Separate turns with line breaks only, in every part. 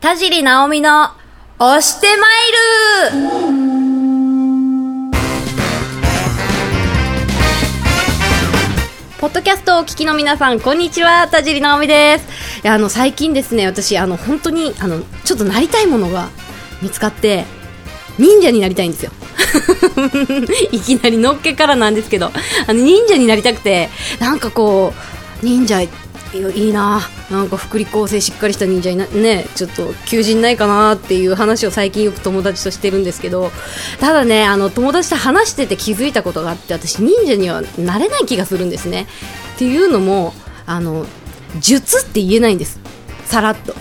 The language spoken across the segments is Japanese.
田尻直美の押してまいるポッドキャストをお聞きの皆さん、こんにちは、田尻直美です。いやあの、最近ですね、私、あの、本当に、あの、ちょっとなりたいものが見つかって、忍者になりたいんですよ。 いきなりのっけからなんですけど、あの、忍者になりたくて、なんかこう、忍者、いいいななんか福利厚生しっかりした忍者になねちょっと求人ないかなっていう話を最近よく友達としてるんですけどただねあの友達と話してて気づいたことがあって私忍者にはなれない気がするんですねっていうのもあの術って言えないんですさらっと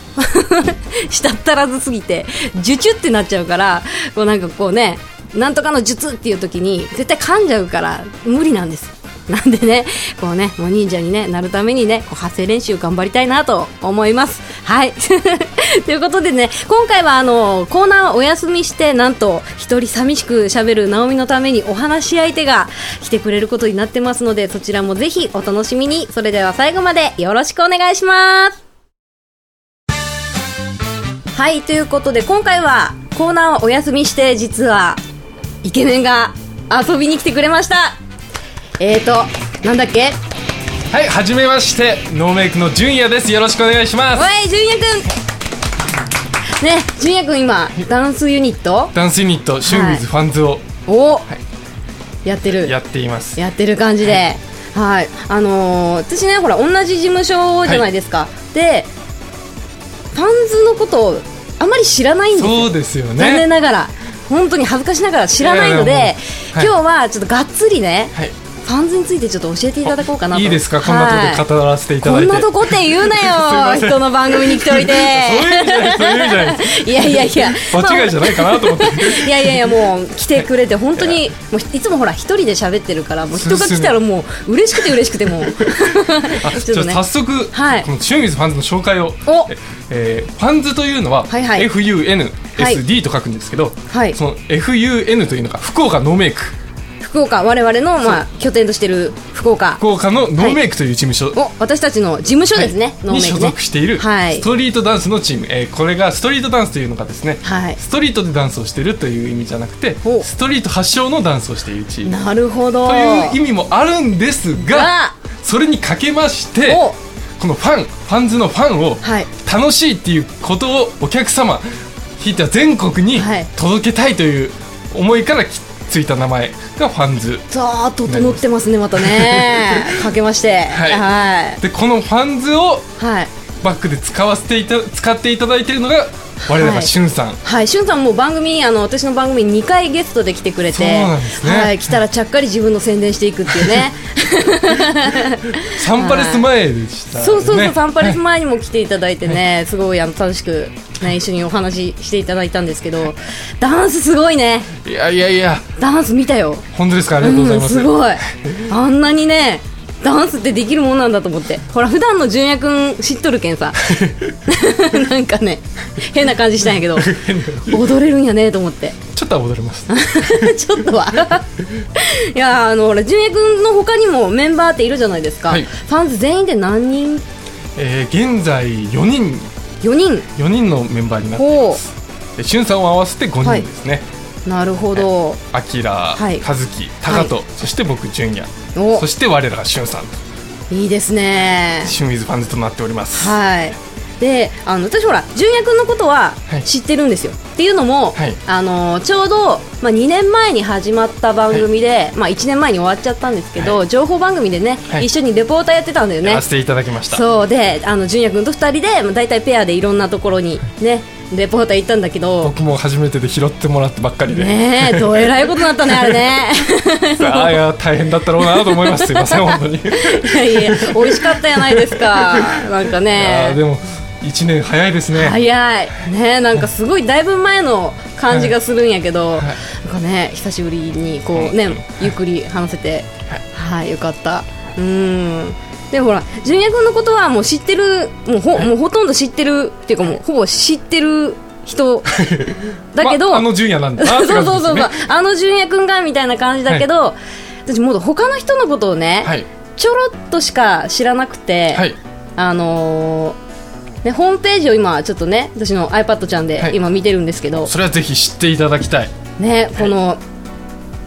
したったらずすぎてジュチュってなっちゃうからこうなんかこうねなんとかの術っていう時に絶対噛んじゃうから無理なんですなんでねこうねもう忍者に、ね、なるためにねこう発声練習頑張りたいなと思いますはい ということでね今回はあのコーナーをお休みしてなんと一人寂しく喋る直美のためにお話し相手が来てくれることになってますのでそちらもぜひお楽しみにそれでは最後までよろしくお願いしますはいということで今回はコーナーをお休みして実はイケメンが遊びに来てくれましたえーとなんだっけ
はい、はじめまして、ノーメイクの純也です。よろしくお願いします。
おい純也くんね純也くん今ダンスユニット
ダンスユニット、シュンウィズファンズを
を、やってる
やっています。
やってる感じで、はい、あのー私ね、ほら、同じ事務所じゃないですか、で、ファンズのことをあまり知らないんですよ、
そうですよ
残念
ね。
ながら、本当に恥ずかしながら知らないので、
いやいやもうはい
今日はちょっとがっつりね、
はい。
ファンズについてちょっと教えていただこうかなと。
いいですか、こんなとこで語らせていただ
はいい
て。
こんなとこって言うなよ、
すいません
人の番組に来ておいて。
そういうんじゃない、そういうんじゃない。
いやいやいや、
間違いじゃないかなと 思って。
いやいやいやもう来てくれて本当にもういつもほら一人で喋ってるからもう人が来たらもう嬉しくて嬉しくてもう
あ
ち
じ
ょっと
ゃあ
ね
早速、
はい
このシュンウィズファンズの紹介を
お
えーファンズというのは、
はいはい
FUNSD と書くんですけど、
はい
その FUN というのが福岡ノーメイク
福岡我々のまあ拠点としてる福岡
福岡のノーメイクという事務所
お私たちの事務所ですね、ノーメイ
に
クね
所属している
はい
ストリートダンスのチーム、えーこれがストリートダンスというのがですね、
はい
ストリートでダンスをしているという意味じゃなくて
ほう
ストリート発祥のダンスをしているチーム
なるほど
という意味もあるんです
が
がそれにかけまして
お
このファンファンズのファンを
はい
楽しいっていうことをお客様ひいては全国に
はい味
届けたいという思いからきついた名前がファンズ
ざーっと整ってますねまた ねかけまして
はい
はい
でこのファンズを
はい
バックで使わせていた使っていただいているのが我ら
は
が
い
しゅんさん、
はい、しゅんさんも番組あの私の番組に2回ゲストで来てくれて、
そうなんですね
はい、来たらちゃっかり自分の宣伝していくっていう ね
サンパレス前でした、ね、
そうそうそう、サンパレス
はい
前にも来ていただいてね、すごいあの楽しく、ね、一緒にお話ししていただいたんですけど、ダンスすごいね、
いやいやいや
ダンス見たよ、
本当ですかありがとうございます、
うん、すごい、あんなにね、ダンスってできるもんなんだと思って、ほら、普段の純也君知っとるけん さ、なんかね、変な感じしたんやけ ど、踊れるんやねと思って。
ちょっとは踊れます
ちょっとはいやあのほら純也君の他にもメンバーっているじゃないですか、
はい
ファンズ全員で何人
えー、現在4人
4人
4人のメンバーになってい
ほ
ますでしゅんさんを合わせて5人ですね、
うなるほど、
あきら、
はい
かずき、たかと、そして僕、純也、
お
そして我らがしゅんさんと、
い、いですね
しゅんウィズファンズとなっております。
はいであの私ほら純也君のことは
はい
知ってるんですよ、っていうのも、
はい
あのちょうど、まあ、2年前に始まった番組で、まあ、1年前に終わっちゃったんですけど、
は
情報番組でね、
はい
一緒にレポーターやってたんだよ
や
ね
らせていただきました。
そうであの純也君と2人でまあ大体ペアでいろんなところにねレポーター行ったんだけど
僕も初めてで拾ってもらってばっかりで、
ねえどえらいことになったねあれ ね
ああいや大変だったろうなと思います。すいません本当に。
いやいや美味しかったじゃないですかなんか
あーで
ね
も一年早いですね。
早いねえなんかすごいだいぶ前の感じがするんやけど、
い
なんかね久しぶりにこうね、
うん
ゆっくり話せてはい、よかったうんでほら純也君のことはもう知ってるもうほ,、もうほとんど知ってるっていうかもうほぼ知ってる人 だけど、
ま あの純也なんだな
そ
っ
うそ
て感
う
じ
そ
で
う
す
そう、
ね。
あの純也君がみたいな感じだけど、私もっと他の人のことをね、
はい
ちょろっとしか知らなくて、
はい
あのーでホームページを今ちょっとね私の iPad ちゃん
は
で
い
今見てるんですけど、
それはぜひ知っていただきたい
ねこの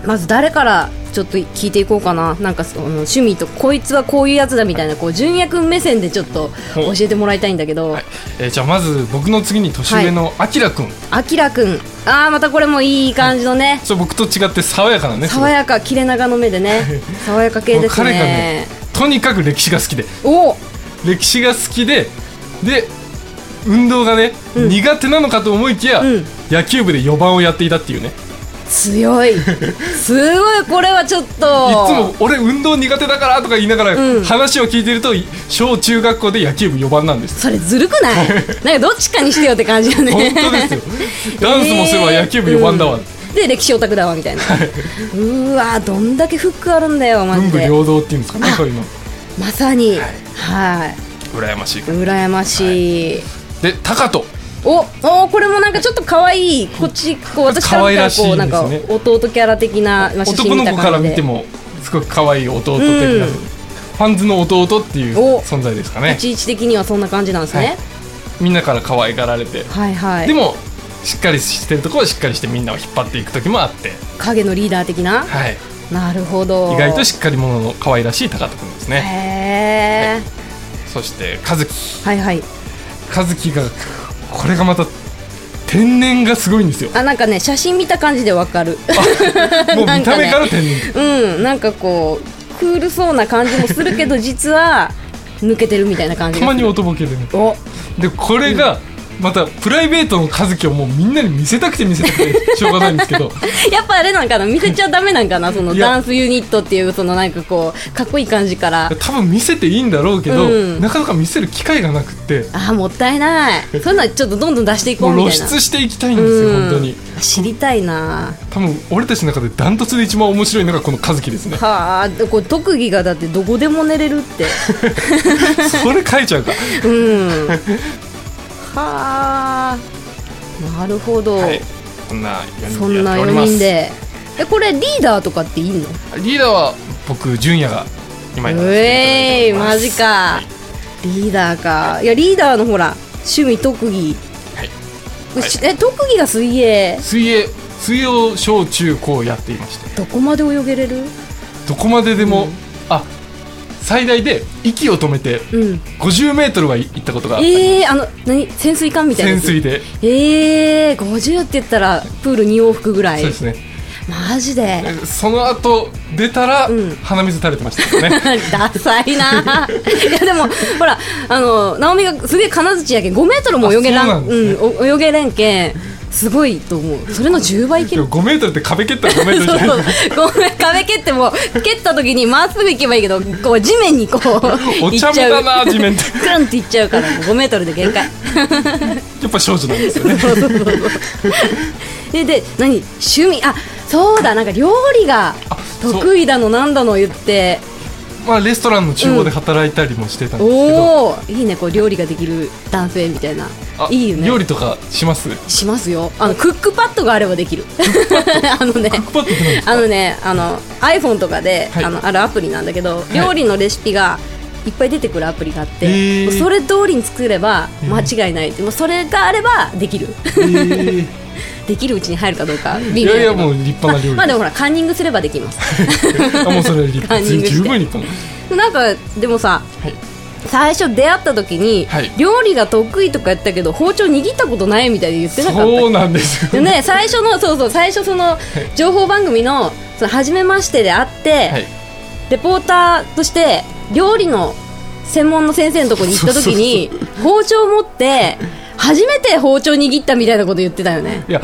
まず誰からちょっと聞いていこうかななんかその趣味とこいつはこういうやつだみたいなこう純也君目線でちょっと教えてもらいたいんだけど、
はい、えーじゃあまず僕の次に年上のあきらくん
あきらくんああまたこれもいい感じのね、
そう僕と違って爽やかなねすご
爽
い
やか切れ長の目でね爽やか系
もう
です
彼が
ね
ねとにかく歴史が好きで
お
歴史が好きでで運動がね、苦手なのかと思いきや、
うん
野球部で4番をやっていたっていうねい
強いすごいこれはちょっといつ
つも俺運動苦手だからとか言いながら、
うん
話を聞いてると小中学校で野球部4番なんです
それずるくないなんかどっちかにしてよって感じよね
本当ですよ ダンスもすれば野球部4番だわ、
えーうんで歴史オタクだわみたいなうーわどんだけフックあるんだよマ
文
ジ
武
で
両道っていうんですかねそういうの
まさにはい
羨ましい
羨ましい、
で高人
おおこれもなんかちょっと可愛いこっちこう私から見たらこう
可
な
愛
ん
ら
か
しいですね
弟キャラ的な、まあ、写真
男
見
の
た
子から
感じ
見て
で
もすごく可愛い弟的な、
うん
パンズの弟っていう
お
存在ですかね
立ち位置的にはそんな感じなんですね、
みんなから可愛がられて、
はい、はい
でもしっかりしてるところはしっかりしてみんなを引っ張っていく時もあって、
影のリーダー的な
はい、
なるほど
意外としっかり者の可愛らしい高人君ですね、
へえ
そして和樹
はいはい
和樹がこれがまた天然がすごいん ですよ
あなんかね写真見た感じでわかる
もう見た目から天然、
うんなんかこうクールそうな感じもする けど実は抜けてるみたいな感じ
た
が
ますに
る
音ボケでね
お
でこれがまたプライベートの和樹をもうみんなに見せたくて見せたく てしょうがないんですけど
やっぱあれなんかな見せちゃダメなんかなその
いや
ダンスユニットっていうそのなんかこうかっこいい感じから
多分見せていいんだろうけど、
うん
なかなか見せる機会がなくって
あーもったいないそういうのはちょっとどんどん出していこ
も
う
う
み
露
たいな
出していきたいんですよ、
うん
本当に
知りたいな
多分俺たちの中でダントツで一番面白いのがこの和樹で すね
はあでこれ特技がだってどこでも寝れる って
それ書いちゃうか
うん。はあ。なるほど。
はいこんな
そ
4
んな
人でやっており
4
ま
人
す
で。え、これリーダーとかっていいの？
リーダーは僕純也が今やらせ
う
て
え
い
い、
ただ
マ
いております
ジか。リーダーか。いやリーダーのほら趣味特技。
はい、
しえ特技が水泳。
水泳水泳を小中高やっていまして
どこまで泳げれる？
どこまででも、あ最大で息を止めて
うん。
50メートルは行ったことがあった
ええー、あの何潜水艦みたいなや
潜
つ。
水で
ええー、50って言ったらプール2往復ぐらい
そうで。すね
マジで。
その後出たら、
うん
鼻水垂れてましたよ ね
ダサいないやでもほらあの直美がすげえ金槌やけん5メートルも泳げら
あ
ん
そうなんです
うんお泳げれんけんすごいと思うそれの10倍いけ
で
る
も5メートルって壁蹴ったら5メ
そ
ー
う
トルじ
そ
ゃ
う
ない
ごめん壁蹴っても蹴った時にまっすぐ行けばいいけどこう地面にこう
お
行っ
茶目
ちゃう
だな地面って
クランって行っちゃうから5メートルで限界
やっぱ少女なん ですよね
そうそうそうそうでで何趣味あそうだなんか料理が
そう
得意だのなんだの言って
まあレストランの厨房で働いたりもしてたんですけど、
おおーいいねこう料理ができる男性みたいな
あ
いいよね
料理とかします
しますよあのクックパッドがあればできる あのね
パッとって
あのねあの iPhone とかで、
はい
あのあるアプリなんだけど
い
料理のレシピがいっぱい出てくるアプリがあって、
へー
それ通りに作れば間違いない、でもそれがあればできる
何ですか、
できるうちに入るかどうか
えー
微
い
妙
や
だ
い
け
や
ど
もう立派な料理
まあでもほらカンニングすればできます
あもうそれ 立派
カンニングして
十分立派な
なんかでもさ
はい
最初出会った時に、
はい
料理が得意とか言ったけど包丁握ったことないみたいに言ってなかったっけ
そうなんですよ
で ね、最初のそうそう最初その情報番組のその初めましてで会って、
はい
レポーターとして料理の専門の先生のとこに行った時に包丁持って初めて包丁握ったみたいなこと言ってたよね。
いや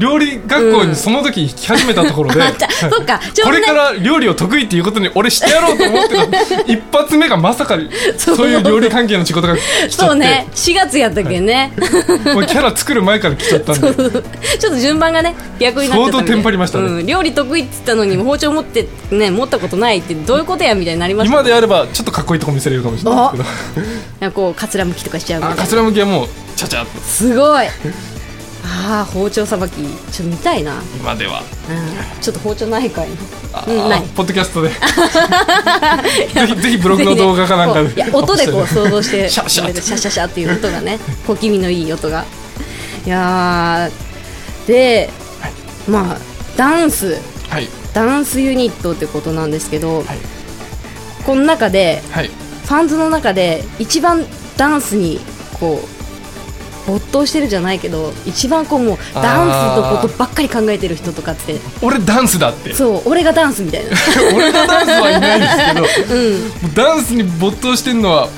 料理学校にその時行き始めたところ で、
あったそっかちょ
こ
うど
れ
ね
から料理を得意っていうことに俺してやろうと 思ってた一発目がまさか
そう
そういう料理関係の仕事が来ちゃ
そう
って、
ね4月やったっけね、
もうキャラ作る前から来ちゃったんで
ちょっと順番がね逆になっちゃったみたい
相当テンパりましたね
うん、料理得意って言ったのに包丁持ってね持ったことないってどういうことやみたいになりました
今であればちょっとかっこいいとこ見せれるかもしれないですけど
なんかこうかつらむきとかしちゃうみた
あ
いな
かつらむきはもうちゃちゃっと
すごいああ包丁さばきちょっと見たいな、うん、
今では
ちょっと包丁ないかい
あ
な、うん、ない
ポッドキャストでぜひぜひブログの動画かなんか で
いや音でこう想像して
シャッシャ
シ
ッ
ャシャシャシャっていう音が ね小気味のいい音がいやーで、
はい
まあダンス
はい
ダンスユニットってことなんですけど、
はい
この中で
はい
ファンズの中で一番ダンスにこう没頭してるじゃないけど一番こうもう
あー
ダンスのことばっかり考えてる人とかって
俺ダンスだって
そう俺がダンスみたいな
俺がダンスはいないですけど、もうダンスに没頭してるのは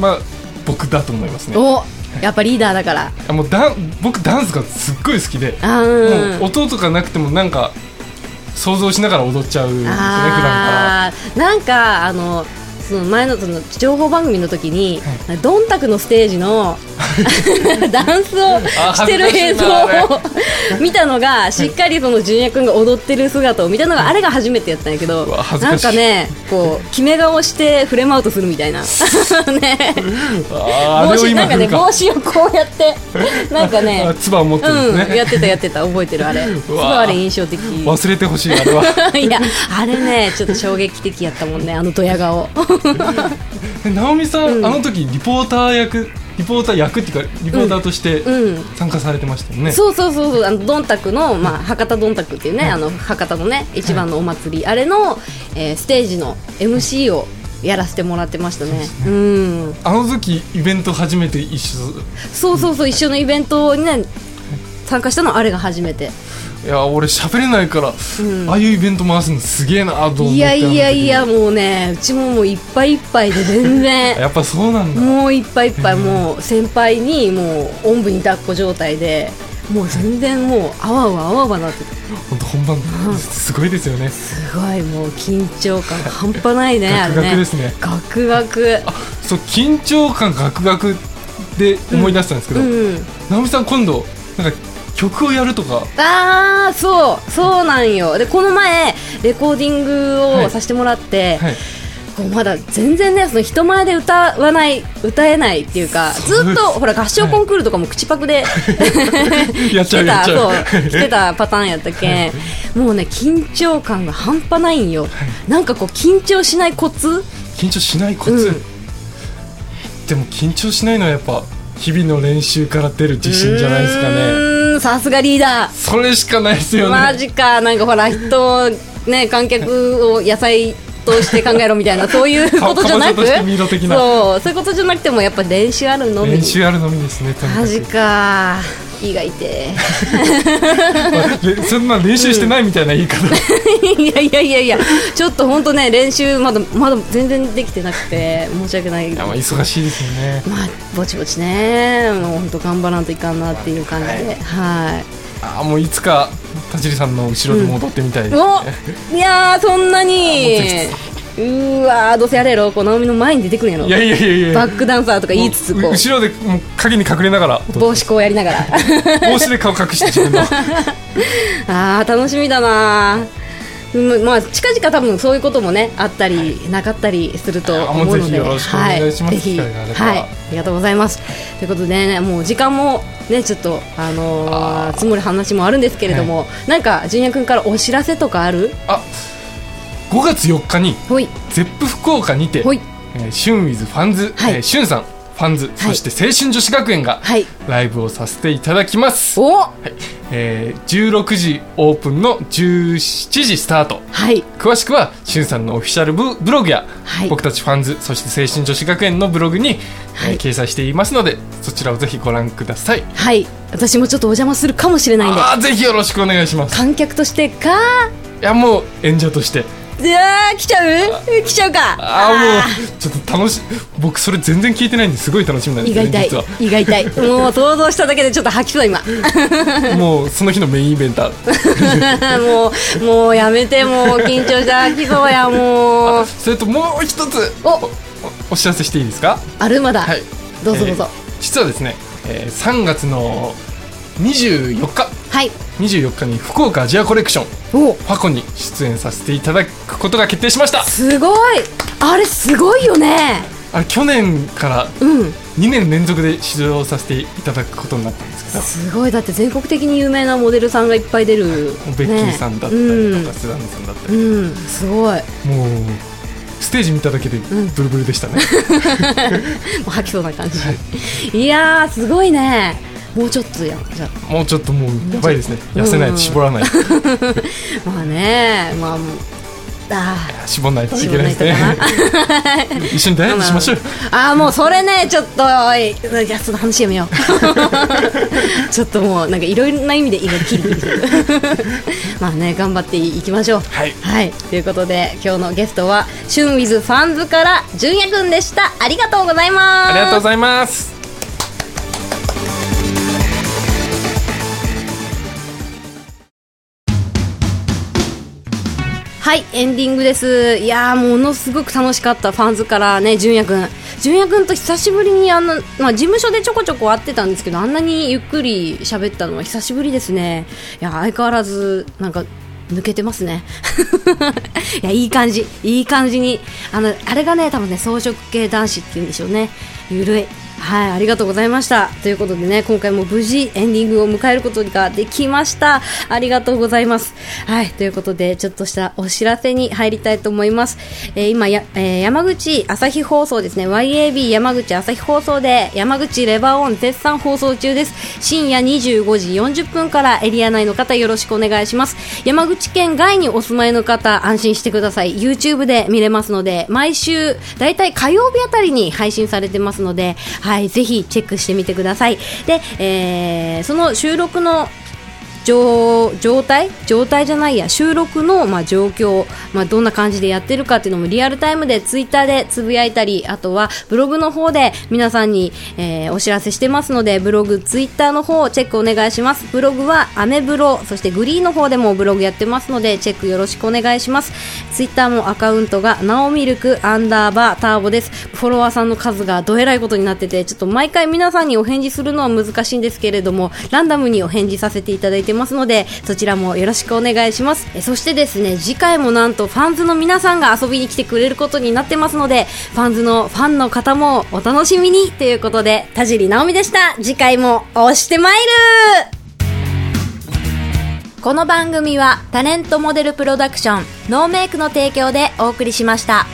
まあ僕だと思いますね
おやっぱリーダーだから
あもうダン僕ダンスがすっごい好きで、
あ
も
ー
う音とかなくてもなんか想像しながら踊っちゃうんですね普段から
あーなんかあのその前のその情報番組の時に、ドンタクのステージ のダンスをしてる映像
あ恥ず
を見たのがしっかりその純也君が踊ってる姿を見たのがあれが初めてやったんやけど
うわ恥ず
なん
かしい
かねこう決め顔してフレームアウトするみたいなね
あーあ
帽
れを
子な
今
んかね
振るか
帽子をこうやってなんかね
あ唾を持ってるんです
うん、
ね
やってたやってた覚えてるあれすごいあれ印象的
忘れてほしいあれは
いやあれねちょっと衝撃的やったもんねあのドヤ 顔
え直美さん、あの時リポーター役リポーター役っていうかリポーターとして
うん
参加されてましたよね、
そうそうそうそうあのドンタクの、まあ、博多ドンタクっていうねあの博多のね一番のお祭り、あれの、えーステージの MC をやらせてもらってましたねうん
あの時イベント初めて一緒
そうそうそう一緒のイベントにね参加したのはあれが初めて
いや俺喋れないから、ああいうイベント回すのすげえなと思って
いやいやい
あ
や
の
もうねうちももういっぱいいっぱいで全然
時やっぱそうなんだ
もういっぱいいっぱい、もう先輩にもうおんぶに抱っこ状態で、もう全然もう、あわあわあわあわなってて、
本当本番すごいですよね
すごいもう緊張感、半端ないね、あ
ガ
れ
クガクで
ね。
すね
ガクガク。
そう緊張感ガクガクで思い出したんですけど、
うん。
直美さん今度なんか曲をやるとか
ああ、そう、そうなんよ。で、この前、レコーディング
は
を
い
させてもらって、
はい
こうまだ全然ね、その人前で歌わない、歌えないっていうか、
そ
ず
うで
っ
す
と、ほら、合唱コンクールとかも口パクで、
やっ
来
ちゃ
て
うや
た
っち
そ
ゃ
う
う
来てたパターンやったけんもうね緊張感が半端ないんよなんかこう緊張しないコツ
緊張しないコツ、
うん
でも緊張しないのはやっぱ日々の練習から出る自信じゃないですか
う
ね
ーんさすがリーダー
それしかないですよね
マジかなんかほら人をね観客を野菜として考えろみたい なそういうことじゃな
か
く
ぼちゃとし
そ
て見ろ的な
うそういうことじゃなくてもやっぱ練習あるのみ
練習あるのみですねとにかく
マジか胃が痛え
れそんな練習してないみたいな言い方、
いやいやいやいやちょっと本当ね練習まだまだ全然できてなくて申し訳ない
いやまあ忙しいですよね
まあぼちぼちねもう本当頑張らんといかんなっていう感じではい
ああもういつか田尻さんの後ろで戻ってみたいです、
おいやーそんな にうーわーどうせやれやろこう直美の前に出てくるんやろ
いやいやいやい や
バックダンサーとか言いつつ
も
こ
う
う
後ろでもう影に隠れながら
帽子こうやりながら
帽子で顔隠して自分の
あー楽しみだなうんまあ近々多分そういうこともねあったりなかったりすると
あもう
思うの
ぜひ
で、
よろしくお願いします
ぜひ
機会があれば
はいありがとうございますということでねもう時間もねちょっとあのー積もる話もあるんですけれども、なんか純也君からお知らせとかある？
あ5月4日に
ほい
ゼップ福岡にて、
ほい
えー、シュンウィズファンズ、
はい
えーシュンさんファンズ、そして青春女子学園が
はい
ライブをさせていただきます、
おは
はいえー、16時オープンの17時スタート
い
詳しくはしゅんさんのオフィシャルブブログや、
はい
僕たちファンズそして青春女子学園のブログに、
はい
えー掲載していますのでそちらをぜひご覧ください
はい私もちょっとお邪魔するかもしれないんで
あーぜひよろしくお願いします
観客としてか
いやもう演者として
うわー来ちゃう来ちゃうか
ああもうちょっと楽し僕それ全然聞いてないんですごい楽しみなんで
胃
す
が痛
よね
い
実は
胃が痛い もう想像しただけでちょっと吐きそう今
もうその日のメインイベント
もうもうやめてもう緊張して吐きそうやもう
それともう一つ
お
おお知らせしていいですか
あるまだ、
はい
どうぞどうぞ、
えー実はですね、えー3月の24日
はい
24日に福岡アジアコレクション
お
ファコに出演させていただくことが決定しました
すごいあれすごいよね
あれ去年から
うん
2年連続で出場させていただくことになったんですけど
すごいだって全国的に有名なモデルさんがいっぱい出る、
ベッキーさんだったりとか、
ね
スザンヌさんだった
う
り、
ん、うん、すごいも
もうステージ見ただけでブルブルでしたね、
う吐きそうな感じ、い、やーすごいねもうちょっとやじゃ
もうちょっともうやばいですね痩せないと絞ら ない、
あまあねまあもうあー
絞らないといけないですね 一緒にダイエットしましょうよ
ああもうそれねちょっとおいいやその話やめよ うちょっともうなんかいろいろな意味で今キリキリしてるまあね頑張っていきましょう
はい
ということで今日のゲストは「旬 with ファンズ」から純也くんでしたありがとうございます
ありがとうございます
はい、エンディングです。いやー、ものすごく楽しかった、ファンズからね、純也くん。純也くんと久しぶりに、あの、まあ、事務所でちょこちょこ会ってたんですけど、あんなにゆっくり喋ったのは久しぶりですね。いや、相変わらず、なんか、抜けてますね。 いや、いい感じ、いい感じに。あの、あれがね、多分ね、装飾系男子っていうんでしょうね。ゆるい。はい、ありがとうございました。ということでね、今回も無事エンディングを迎えることができました。ありがとうございます。はい、ということで、ちょっとしたお知らせに入りたいと思います。えー今や、えー山口朝日放送ですね、YAB 山口朝日放送で、山口レバーオン絶賛放送中です。深夜25時40分からエリア内の方よろしくお願いします。山口県外にお住まいの方、安心してください。YouTube で見れますので、毎週、だいたい火曜日あたりに配信されてますので、はい、ぜひチェックしてみてください。で、えーその収録の状状態状態じゃないや収録の、まあ、状況、まあ、どんな感じでやってるかっていうのもリアルタイムでツイッターでつぶやいたりあとはブログの方で皆さんに、えーお知らせしてますのでブログツイッターの方をチェックお願いしますブログはアメブロそしてグリーンの方でもブログやってますのでチェックよろしくお願いしますツイッターもアカウントがなおみるくアンダーバーターボですフォロワーさんの数がどえらいことになっててちょっと毎回皆さんにお返事するのは難しいんですけれどもランダムにお返事させていただいてますのでそちらもよろしくお願いしますえそしてですね次回もなんとファンズの皆さんが遊びに来てくれることになってますのでファンズのファンの方もお楽しみにということで田尻直美でした次回も押してまいるこの番組はタレントモデルプロダクションノーメイクの提供でお送りしました。